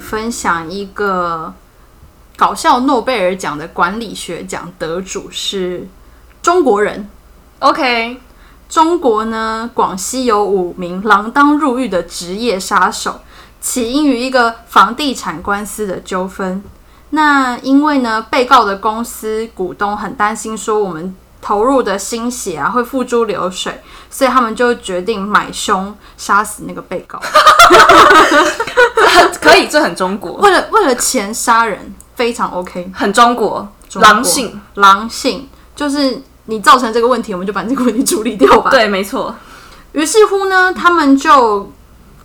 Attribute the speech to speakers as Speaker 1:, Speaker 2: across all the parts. Speaker 1: 分享一个搞笑诺贝尔奖的管理学奖得主是中国人。
Speaker 2: OK，
Speaker 1: 中国呢，广西有五名锒铛入狱的职业杀手，起因于一个房地产官司的纠纷。那因为呢，被告的公司股东很担心说我们投入的心血啊会付诸流水，所以他们就决定买凶杀死那个被告，
Speaker 2: 可以，这很中国，
Speaker 1: 为了为了钱杀人，非常 OK，
Speaker 2: 很中国，
Speaker 1: 中国
Speaker 2: 狼性。
Speaker 1: 狼性就是你造成这个问题，我们就把这个问题处理掉吧。
Speaker 2: 对，没错。
Speaker 1: 于是乎呢，他们就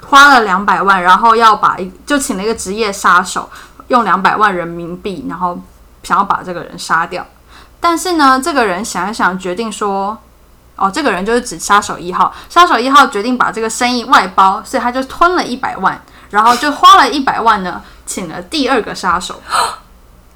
Speaker 1: 花了两百万，然后要把一就请了一个职业杀手，用两百万人民币，然后想要把这个人杀掉。但是呢，这个人想一想，决定说，哦，这个人就是指杀手一号。杀手一号决定把这个生意外包，所以他就吞了一百万，然后就花了一百万呢，请了第二个杀手，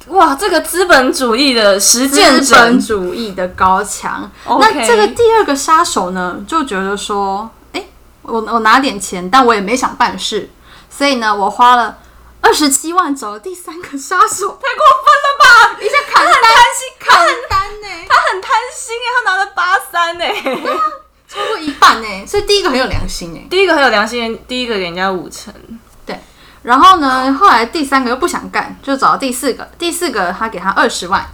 Speaker 2: 哇，这个资本主义的实践
Speaker 1: 资本
Speaker 2: 者，
Speaker 1: 主义的高墙。那
Speaker 2: OK
Speaker 1: 这个第二个杀手呢，就觉得说，哎、我我拿点钱，但我也没想办事，所以呢，我花了二十七万找了第三个杀手，
Speaker 2: 太过分了吧？
Speaker 1: 一下砍
Speaker 2: 他很贪心，他
Speaker 1: 砍
Speaker 2: 很
Speaker 1: 单呢、
Speaker 2: 他很贪心耶，他拿了八三哎。
Speaker 1: 超过一半呢、所以第一个很有良心呢、
Speaker 2: 第一个很有良心，第一个给人家五成，
Speaker 1: 然后呢，后来第三个又不想干，就找到第四个，第四个他给他二十万，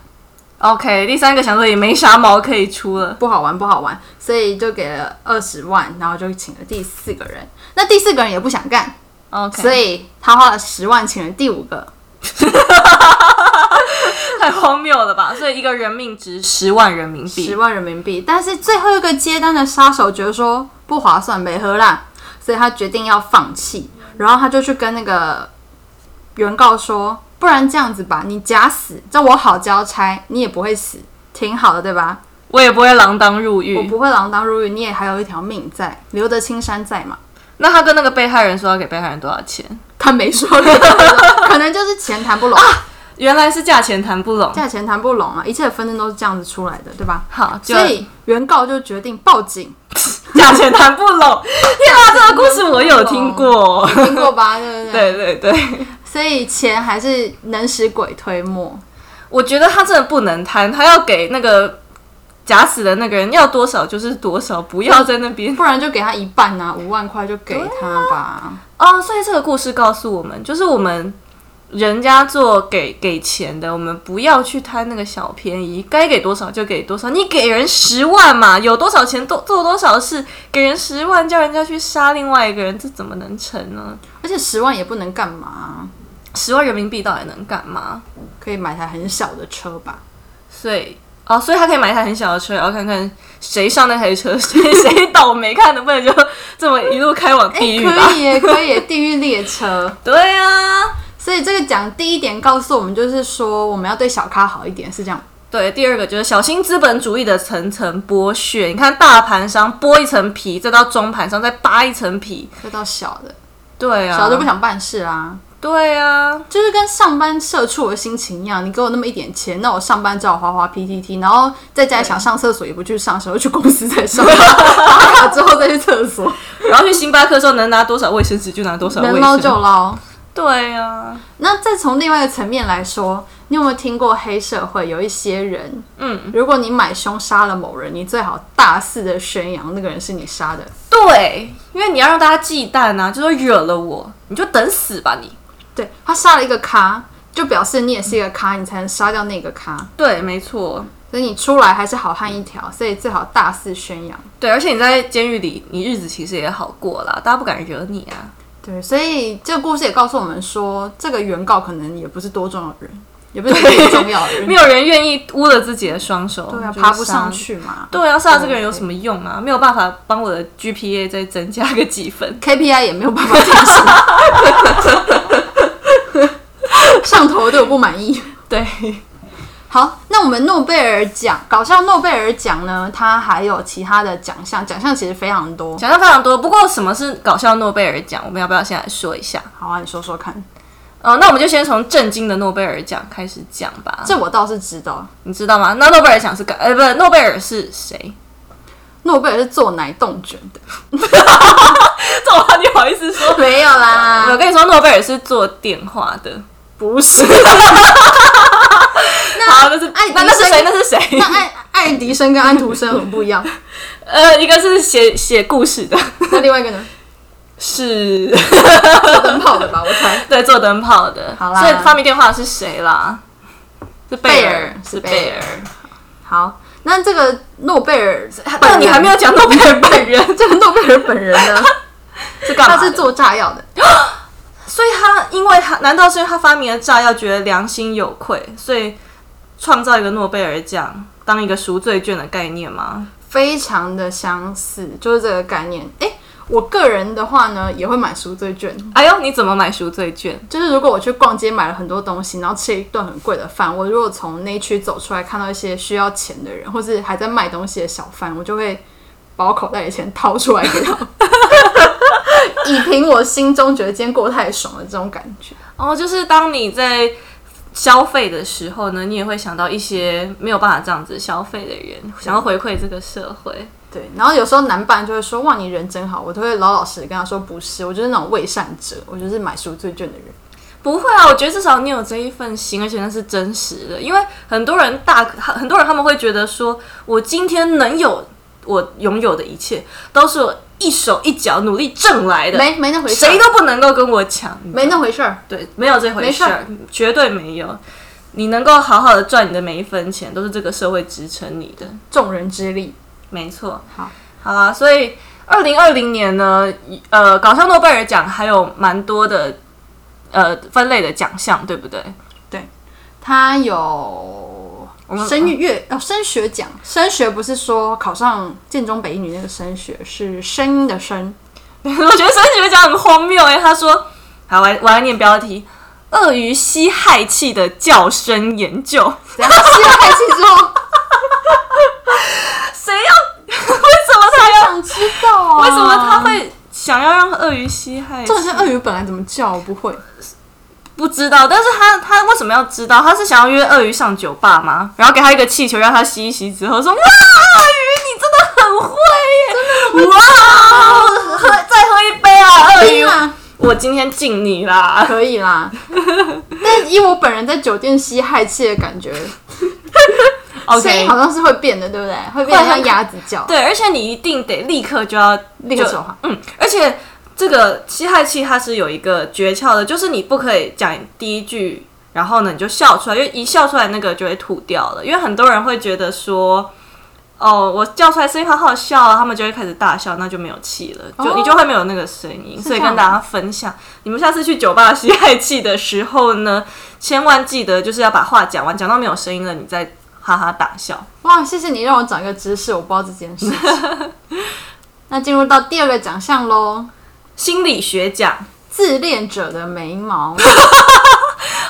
Speaker 2: OK，第三个想说也没啥毛可以出了，
Speaker 1: 不好玩不好玩，所以就给了二十万，然后就请了第四个人，那第四个人也不想干，
Speaker 2: OK，
Speaker 1: 所以他花了十万请了第五个。
Speaker 2: 太荒谬了吧？所以一个人命值十万人民
Speaker 1: 十
Speaker 2: 币，
Speaker 1: 万人民币。但是最后一个接单的杀手觉得说不划算，没喝啦，所以他决定要放弃。然后他就去跟那个原告说：“不然这样子吧，你假死，这我好交差，你也不会死，挺好的，对吧？
Speaker 2: 我也不会锒铛入
Speaker 1: 我
Speaker 2: 狱。
Speaker 1: 不会锒铛入狱，你也还有一条命在，留得青山在嘛。”
Speaker 2: 那他跟那个被害人说要给被害人多少钱？
Speaker 1: 他没说， 啊可能就是钱谈不拢，
Speaker 2: 原来是价钱谈不拢。
Speaker 1: 价钱谈不拢啊，一切的纷争都是这样子出来的，对吧？
Speaker 2: 好，就
Speaker 1: 所以原告就决定报警，
Speaker 2: 价钱谈不拢。天啊，这个故事我有听过。
Speaker 1: 听过吧？对不对？
Speaker 2: 对对对，
Speaker 1: 所以钱还是能使鬼推磨。
Speaker 2: 我觉得他真的不能贪，他要给那个假死的那个人要多少就是多少，不要在那边。
Speaker 1: 不然就给他一半呐、五万块就给他吧。
Speaker 2: 哦，所以这个故事告诉我们，就是我们人家做给给钱的，我们不要去贪那个小便宜，该给多少就给多少。你给人十万嘛，有多少钱多做多少事，给人十万叫人家去杀另外一个人，这怎么能成呢？
Speaker 1: 而且十万也不能干嘛，
Speaker 2: 十万人民币到底能干嘛？
Speaker 1: 可以买台很小的车吧。
Speaker 2: 所以。哦，所以他可以买一台很小的车，然后看看谁上那台车，谁谁倒霉，看能不能就这么一路开往地狱吧。
Speaker 1: 哎可以耶， 可以耶，地狱列车。
Speaker 2: 对啊，
Speaker 1: 所以这个讲第一点告诉我们，就是说我们要对小咖好一点，是这样。
Speaker 2: 对，第二个就是小心资本主义的层层剥削。你看大盘商剥一层皮，再到中盘商再扒一层皮。
Speaker 1: 这到小的，
Speaker 2: 对啊，
Speaker 1: 小的不想办事啊，
Speaker 2: 对啊，
Speaker 1: 就是跟上班社畜的心情一样。你给我那么一点钱，那我上班只好花花 PTT，然后在家里想上厕所也不去上，想要去公司再上，打卡之后再去厕所，
Speaker 2: 然后去星巴克的时候能拿多少卫生纸就拿多少卫
Speaker 1: 能捞
Speaker 2: 生
Speaker 1: 就
Speaker 2: 纸。
Speaker 1: 捞。
Speaker 2: 对啊，
Speaker 1: 那再从另外一个层面来说，你有没有听过黑社会有一些人，
Speaker 2: 嗯，
Speaker 1: 如果你买凶杀了某人，你最好大肆的宣扬那个人是你杀的。
Speaker 2: 对，因为你要让大家忌惮啊，就说惹了我，你就等死吧你。
Speaker 1: 对他杀了一个咖，就表示你也是一个咖，你才能杀掉那个咖。
Speaker 2: 对，没错。
Speaker 1: 所以你出来还是好汉一条，所以最好大肆宣扬。
Speaker 2: 对，而且你在监狱里，你日子其实也好过啦，大家不敢惹你啊。
Speaker 1: 对，所以这个故事也告诉我们说，这个原告可能也不是多重要的人，也不是多重要 的人，
Speaker 2: 没有人愿意污了自己的双手，
Speaker 1: 嗯对啊，
Speaker 2: 就是
Speaker 1: 爬不
Speaker 2: 杀
Speaker 1: 上去嘛。
Speaker 2: 对啊，杀了这个人有什么用啊？没有办法帮我的 GPA 再增加个几分。
Speaker 1: KPI 也没有办法提升，上头对我不满 意。
Speaker 2: 对，
Speaker 1: 好，那我们诺贝尔奖搞笑诺贝尔奖呢，它还有其他的奖项，奖项其实非常多。
Speaker 2: 奖项非常多。不过什么是搞笑诺贝尔奖？我们要不要先来说一下？
Speaker 1: 好啊，你说说看，
Speaker 2: 呃，那我们就先从震惊的诺贝尔奖开始讲吧。
Speaker 1: 这我倒是知道。
Speaker 2: 你知道吗？那诺贝尔奖是干呃，不，诺贝尔是谁？
Speaker 1: 诺贝尔是做奶冻卷的，
Speaker 2: 这种话你好意思 说？
Speaker 1: 没有啦
Speaker 2: 我，跟你说，诺贝尔是做电话的。
Speaker 1: 不是。
Speaker 2: 好，那是
Speaker 1: 爱迪
Speaker 2: 那那是
Speaker 1: 啊生
Speaker 2: 谁？那是 谁？
Speaker 1: 那爱爱迪生跟安徒生很不一 样，
Speaker 2: 呃，一个是写写故事的，
Speaker 1: 那另外一个呢？
Speaker 2: 是
Speaker 1: 做灯泡的吧，我 猜。
Speaker 2: 对做灯泡的。
Speaker 1: 好啦
Speaker 2: 所以发明电话的是谁啦？是贝尔，
Speaker 1: 是
Speaker 2: 是
Speaker 1: 贝
Speaker 2: 贝
Speaker 1: 尔
Speaker 2: 尔。
Speaker 1: 好，那这个诺贝尔本
Speaker 2: 但
Speaker 1: 人，
Speaker 2: 你还没有讲诺贝尔本 人
Speaker 1: 这个诺贝尔本人 呢？
Speaker 2: 是干嘛
Speaker 1: 他
Speaker 2: 的？
Speaker 1: 是做炸药的，
Speaker 2: 所以他因为他难道是因为他发明了炸药，觉得良心有愧，所以创造一个诺贝尔奖当一个赎罪券的概念吗？
Speaker 1: 非常的相似，就是这个概念。诶，我个人的话呢，也会买赎罪券，
Speaker 2: 哎呦，你怎么买赎罪券？
Speaker 1: 就是如果我去逛街买了很多东西，然后吃了一顿很贵的饭，我如果从那一区走出来，看到一些需要钱的人，或是还在卖东西的小贩，我就会把我口袋里的钱掏出来给 他们，以平我心中觉得今天过得太爽了这种感觉。
Speaker 2: 哦，就是当你在消费的时候呢，你也会想到一些没有办法这样子消费的人，想要回馈这个社会。
Speaker 1: 对，然后有时候男伴就会说：“哇，你人真好。”我都会老老实实跟他说：“不是，我就是那种为善者，我就是买赎罪券的人。
Speaker 2: 不会啊，我觉得至少你有这一份心，而且那是真实的。因为很多人大，很多人他们会觉得说，我今天能有我拥有的一切，都是我一手一脚努力挣来的，
Speaker 1: 没没那回事
Speaker 2: 谁
Speaker 1: 儿，
Speaker 2: 都不能够跟我抢。
Speaker 1: 没那回事儿。
Speaker 2: 对，没有这回事儿，绝对没有。你能够好好的赚你的每一分钱，都是这个社会支撑你的。
Speaker 1: 众人之力，
Speaker 2: 没错。
Speaker 1: 好，
Speaker 2: 好啦，所以二零二零年呢，呃，搞笑诺贝尔奖还有蛮多的呃分类的奖项，对不对？
Speaker 1: 他有
Speaker 2: 我们
Speaker 1: 升乐哦升学奖，升学不是说考上建中北一女那个升学，是声音的声。
Speaker 2: 我觉得升学奖很荒谬哎、他说，好，我来我来念标题：鳄鱼吸氦气的叫声研究。
Speaker 1: 然后吸了氦气之后，
Speaker 2: 谁要？ 为什么他要？
Speaker 1: 想知道啊？
Speaker 2: 为什么他？会想要让鳄鱼吸氦气
Speaker 1: 这？是鳄鱼本来怎么叫，我不会。
Speaker 2: 不知道，但是他他为什么要知道？他是想要约鳄鱼上酒吧吗？然后给他一个气球，让他吸一吸之后说：“哇，鳄鱼你真的很会耶！哇，喝再喝一杯啊，鳄
Speaker 1: 可以
Speaker 2: 鱼，
Speaker 1: 啦，
Speaker 2: 我今天敬你啦。”
Speaker 1: 可以啦。 但以我本人在酒店吸氦气的感觉，声音
Speaker 2: OK，
Speaker 1: 好像是会变的，对不对？会变得像鸭子叫，
Speaker 2: 对，而且你一定得立刻就要
Speaker 1: 立刻说话。
Speaker 2: 嗯， 而且这个吸氦气它是有一个诀窍的，就是你不可以讲第一句，然后呢你就笑出来，因为一笑出来那个就会吐掉了。因为很多人会觉得说，哦，我叫出来声音好好笑啊，他们就会开始大笑，那就没有气了，就、
Speaker 1: 哦
Speaker 2: 你就会没有那个声音。
Speaker 1: 是
Speaker 2: 所以
Speaker 1: 这样
Speaker 2: 跟大家分享，你们下次去酒吧吸氦气的时候呢，千万记得就是要把话讲完，讲到没有声音了，你再哈哈大笑。
Speaker 1: 哇，谢谢你让我长一个知识，我不知道这件事情 那进入到第二个奖项喽，
Speaker 2: 心理学奖，
Speaker 1: 自恋者的眉 毛。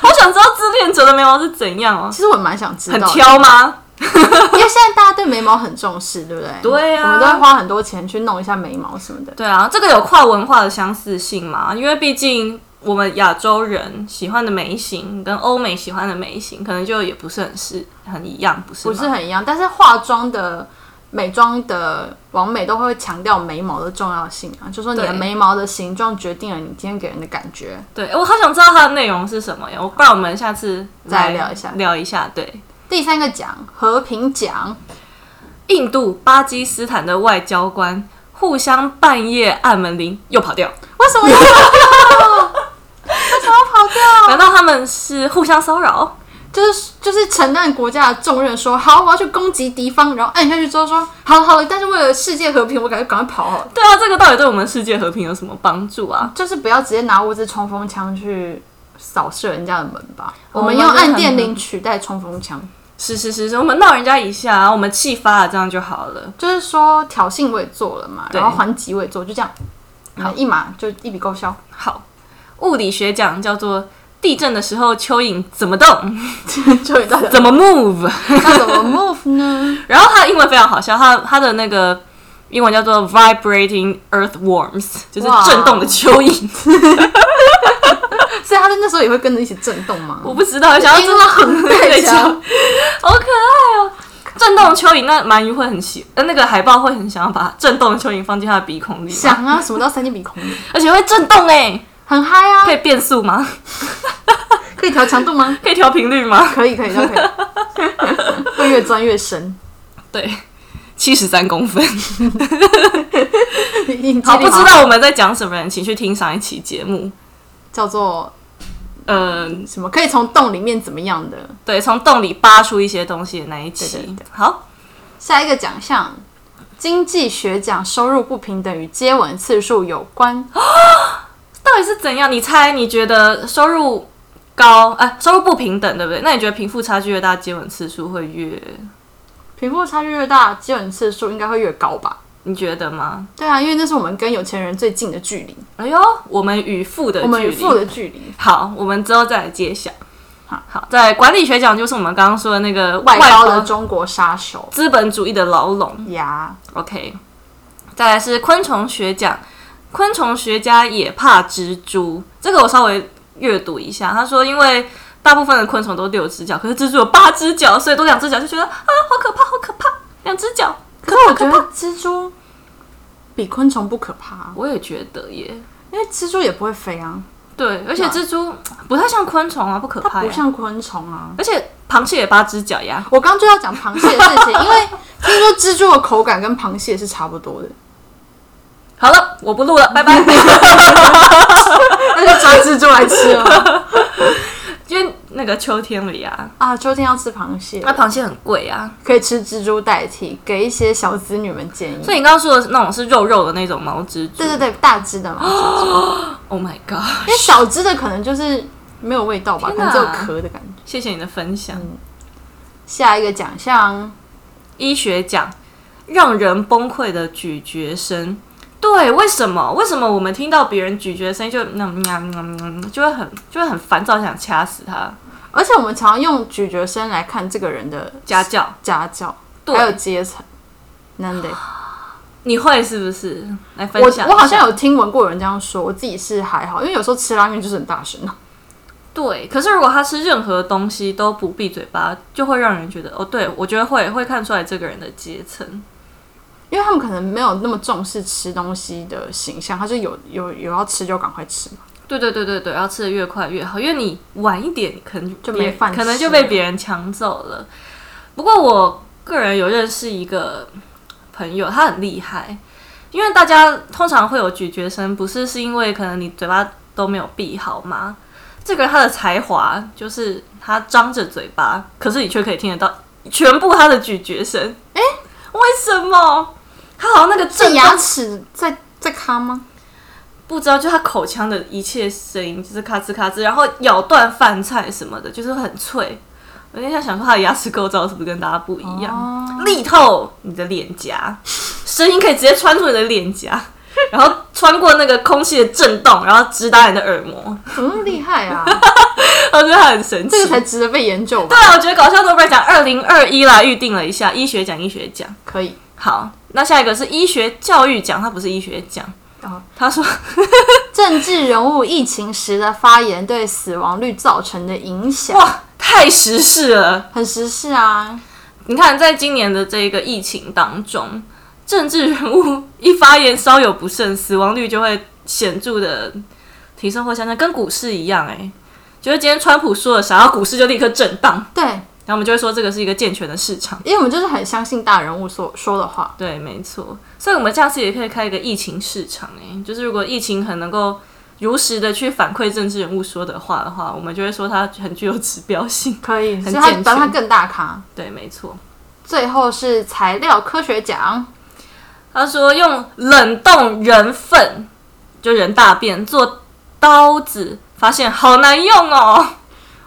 Speaker 2: 好想知道自恋者的眉毛是怎样哦、
Speaker 1: 其实我蛮想知道
Speaker 2: 很
Speaker 1: 的，
Speaker 2: 挑吗？
Speaker 1: 因为现在大家对眉毛很重视，对不对？
Speaker 2: 对啊
Speaker 1: 我们都会花很多钱去弄一下眉毛什么的。
Speaker 2: 对啊，这个有跨文化的相似性嘛？因为毕竟我们亚洲人喜欢的眉形跟欧美喜欢的眉形，可能就也不是很是很一样，不是
Speaker 1: 不
Speaker 2: 吗？
Speaker 1: 是很一样，但是化妆的、美妆的完美都会强调眉毛的重要性啊，就说你的
Speaker 2: 对
Speaker 1: 眉毛的形状决定了你今天给人的感觉。
Speaker 2: 对，我好想知道它的内容是什么呀！我不然我们下次
Speaker 1: 再
Speaker 2: 来
Speaker 1: 聊一下
Speaker 2: 聊一下。对，
Speaker 1: 第三个奖，和平奖，
Speaker 2: 印度、巴基斯坦的外交官互相半夜按门铃，又跑掉。
Speaker 1: 为什么要跑掉？为什么要跑掉？
Speaker 2: 难道他们是互相骚扰？
Speaker 1: 就是就是承担国家的重任说，好我要去攻击敌方，然后按下去之后说好了好了，但是为了世界和平，我感觉赶快跑好了，
Speaker 2: 对啊，这个到底对我们世界和平有什么帮助啊？
Speaker 1: 就是不要直接拿物资冲锋枪去扫射人家的门吧。我
Speaker 2: 哦
Speaker 1: 们用按电
Speaker 2: 那就
Speaker 1: 铃取代冲锋枪。
Speaker 2: 是是是是，我们闹人家一下，啊我们气发了，这样就好了。
Speaker 1: 就是说挑衅我也做了嘛，
Speaker 2: 对
Speaker 1: 然后还击我也做，就这样，然后一码就一笔勾 销。
Speaker 2: 好，物理学奖叫做地震的时候蚯蚓怎么动，
Speaker 1: 就一大
Speaker 2: 怎么 move。
Speaker 1: 那怎么 move 呢？
Speaker 2: 然后它的英文非常好笑，它它的那个英文叫做 vibrating earthworms，就是
Speaker 1: 哇
Speaker 2: 震动的蚯 蚓。
Speaker 1: 所以他在那时候也会跟着一起震动吗？
Speaker 2: 我不知道，想要
Speaker 1: 英
Speaker 2: 真的
Speaker 1: 文很
Speaker 2: 很
Speaker 1: 对
Speaker 2: 对
Speaker 1: 讲
Speaker 2: 好可爱哦。震动动蚯蚓，那鳗鱼会很喜，呃，那个海豹会很想要把震动的蚯蚓放进它的鼻孔里吗，
Speaker 1: 想啊，什么叫塞进鼻孔里？
Speaker 2: 而且会震动哎、
Speaker 1: 很嗨 啊！
Speaker 2: 可以变速吗？
Speaker 1: 可以调强度吗？
Speaker 2: 可以调频率吗？
Speaker 1: 可以，可以，都 可以。会越钻越深。
Speaker 2: 对， 七十三公分。好，
Speaker 1: 好
Speaker 2: 不知道我们在讲什么人，请去听上一期节目。
Speaker 1: 叫做
Speaker 2: 嗯，
Speaker 1: 什么？可以从洞里面怎么样的？
Speaker 2: 对，从洞里扒出一些东西的那一期。
Speaker 1: 对对对
Speaker 2: 好，
Speaker 1: 下一个奖项，经济学奖收入不平等与接吻次数有 关。
Speaker 2: 到底是怎样？你猜？你觉得收入高，哎、收入不平等，对不对？那你觉得贫富差距越大，接吻次数会越？
Speaker 1: 贫富差距越大，接吻次数应该会越高吧？
Speaker 2: 你觉得吗？
Speaker 1: 对啊，因为那是我们跟有钱人最近的距离，
Speaker 2: 哎呦，我们与富的
Speaker 1: 我们
Speaker 2: 距
Speaker 1: 与
Speaker 2: 离。
Speaker 1: 富的距离。
Speaker 2: 好，我们之后再来揭晓。
Speaker 1: 好
Speaker 2: 好，在管理学讲就是我们刚刚说的那个
Speaker 1: 外包的
Speaker 2: 包
Speaker 1: 中国杀手
Speaker 2: 资本主义的牢笼。
Speaker 1: 呀，
Speaker 2: OK，再来是昆虫学奖，昆虫学家也怕蜘蛛。这个我稍微阅读一下，他说因为大部分的昆虫都六只脚，可是蜘蛛有八只脚，所以多两只脚就觉得啊，好可怕，好可怕，两只脚。
Speaker 1: 可是我觉得蜘蛛比昆虫不可怕，啊
Speaker 2: 我也觉得耶，
Speaker 1: 因为蜘蛛也不会飞啊，
Speaker 2: 对，而且蜘蛛不太像昆虫啊，不可
Speaker 1: 它
Speaker 2: 怕
Speaker 1: 不
Speaker 2: 呀。
Speaker 1: 像昆虫啊。
Speaker 2: 而且螃蟹也八只脚呀，
Speaker 1: 我刚就要讲螃蟹的事情，因为听说蜘蛛的口感跟螃蟹是差不多的，
Speaker 2: 好了，我不录了，拜 拜。
Speaker 1: 那就抓蜘蛛来吃哦了
Speaker 2: 因为那个秋天了呀，
Speaker 1: 啊。秋天要吃螃蟹，
Speaker 2: 那螃蟹很贵啊，
Speaker 1: 可以吃蜘蛛代替，给一些小子女们建议。
Speaker 2: 所以你刚刚说的那种是肉肉的那种毛蜘蛛。
Speaker 1: 对对对，大只的嘛，
Speaker 2: Oh my god！
Speaker 1: 因为小只的可能就是没有味道吧，可
Speaker 2: 天
Speaker 1: 能
Speaker 2: 哪
Speaker 1: 只有壳的感觉。
Speaker 2: 谢谢你的分享。
Speaker 1: 下一个奖项，
Speaker 2: 医学奖，让人崩溃的咀嚼声。对，为什么？为什么我们听到别人咀嚼的声音就那喵喵喵，嗯就会很就会很烦躁，想掐死他？
Speaker 1: 而且我们常用咀嚼声来看这个人的
Speaker 2: 家教，
Speaker 1: 家教，
Speaker 2: 对
Speaker 1: 还有阶层。难得，
Speaker 2: 你会是不是？来分
Speaker 1: 我
Speaker 2: 享一下。
Speaker 1: 我好像有听闻过有人这样说，我自己是还好，因为有时候吃拉面就是很大声啊。
Speaker 2: 对，可是如果他吃任何东西都不闭嘴巴，就会让人觉得哦，对我觉得会会看出来这个人的阶层。
Speaker 1: 因为他们可能没有那么重视吃东西的形象，他就有有有要吃就赶快吃嘛。
Speaker 2: 对对对对对，要吃的越快越好，因为你晚一点，可能
Speaker 1: 就
Speaker 2: 别
Speaker 1: 没饭吃
Speaker 2: 可能就被别人抢走了。不过我个人有认识一个朋友，他很厉害，因为大家通常会有咀嚼声，不是是因为可能你嘴巴都没有闭好吗？这个人他的才华就是他张着嘴巴，可是你却可以听得到全部他的咀嚼声。哎、为什么？他好像那个
Speaker 1: 是
Speaker 2: 正
Speaker 1: 牙齿在在咔吗？
Speaker 2: 不知道，就他口腔的一切声音，就是咔吱咔吱，然后咬断饭菜什么的，就是很脆。我那天想说，他的牙齿构造是不是跟大家不一
Speaker 1: 哦
Speaker 2: 样？力透你的脸颊，声音可以直接穿出你的脸颊， 然后穿过那个空气的震动，然后直达你的耳膜。
Speaker 1: 怎么那么厉害 啊？
Speaker 2: 我觉得他很神奇。
Speaker 1: 这个才值得被研究吧
Speaker 2: 对？啊，我觉得搞笑诺贝尔奖二零二一啦，预定了一下医学奖，医学奖。
Speaker 1: 可以，
Speaker 2: 好，那下一个是医学教育奖，它不是医学奖。
Speaker 1: 哦
Speaker 2: 他说
Speaker 1: 政治人物疫情时的发言对死亡率造成的影响，
Speaker 2: 哇，太时事了。
Speaker 1: 很时事啊。
Speaker 2: 你看，在今年的这个疫情当中，政治人物 一发言稍有不慎，死亡率就会显著的提升或下降，跟股市一样、欸。哎，就是今天川普说了啥，然后股市就立刻震荡，
Speaker 1: 对，
Speaker 2: 然后我们就会说这个是一个健全的市场。
Speaker 1: 因为我们就是很相信大人物所说的话。
Speaker 2: 对，没错。所以我们下次也可以开一个疫情市场、欸，哎，就是如果疫情很能够如实的去反馈政治人物说的话的话，我们就会说它很具有指标性。
Speaker 1: 可以，所
Speaker 2: 很
Speaker 1: 以他
Speaker 2: 健
Speaker 1: 把它
Speaker 2: 全
Speaker 1: 更大咖。
Speaker 2: 对，没错。
Speaker 1: 最后是材料科学奖，
Speaker 2: 他说用冷冻人粪，就人大便做刀子，发现好难用哦。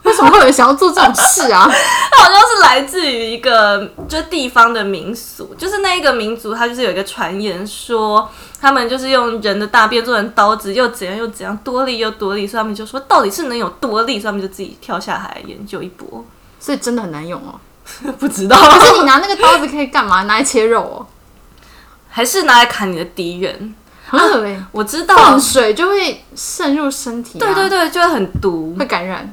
Speaker 1: 为什么会有人想要做这种事啊？
Speaker 2: 它好像是来自于一个就地方的民俗，就是那一个民族，它就是有一个传言说，他们就是用人的大便做成刀子，又怎样又怎样，多利又多利，所以他们就说到底是能有多利，所以他们就自己跳下海研究一波。
Speaker 1: 所以真的很难用哦。
Speaker 2: 不知道，
Speaker 1: 可是你拿那个刀子可以干嘛？拿来切肉哦，
Speaker 2: 还是拿来砍你的敌人？
Speaker 1: 很恶心。
Speaker 2: 我知道
Speaker 1: 放，水就会渗入身体、啊，
Speaker 2: 啊对对，对，就会很毒。
Speaker 1: 会感染。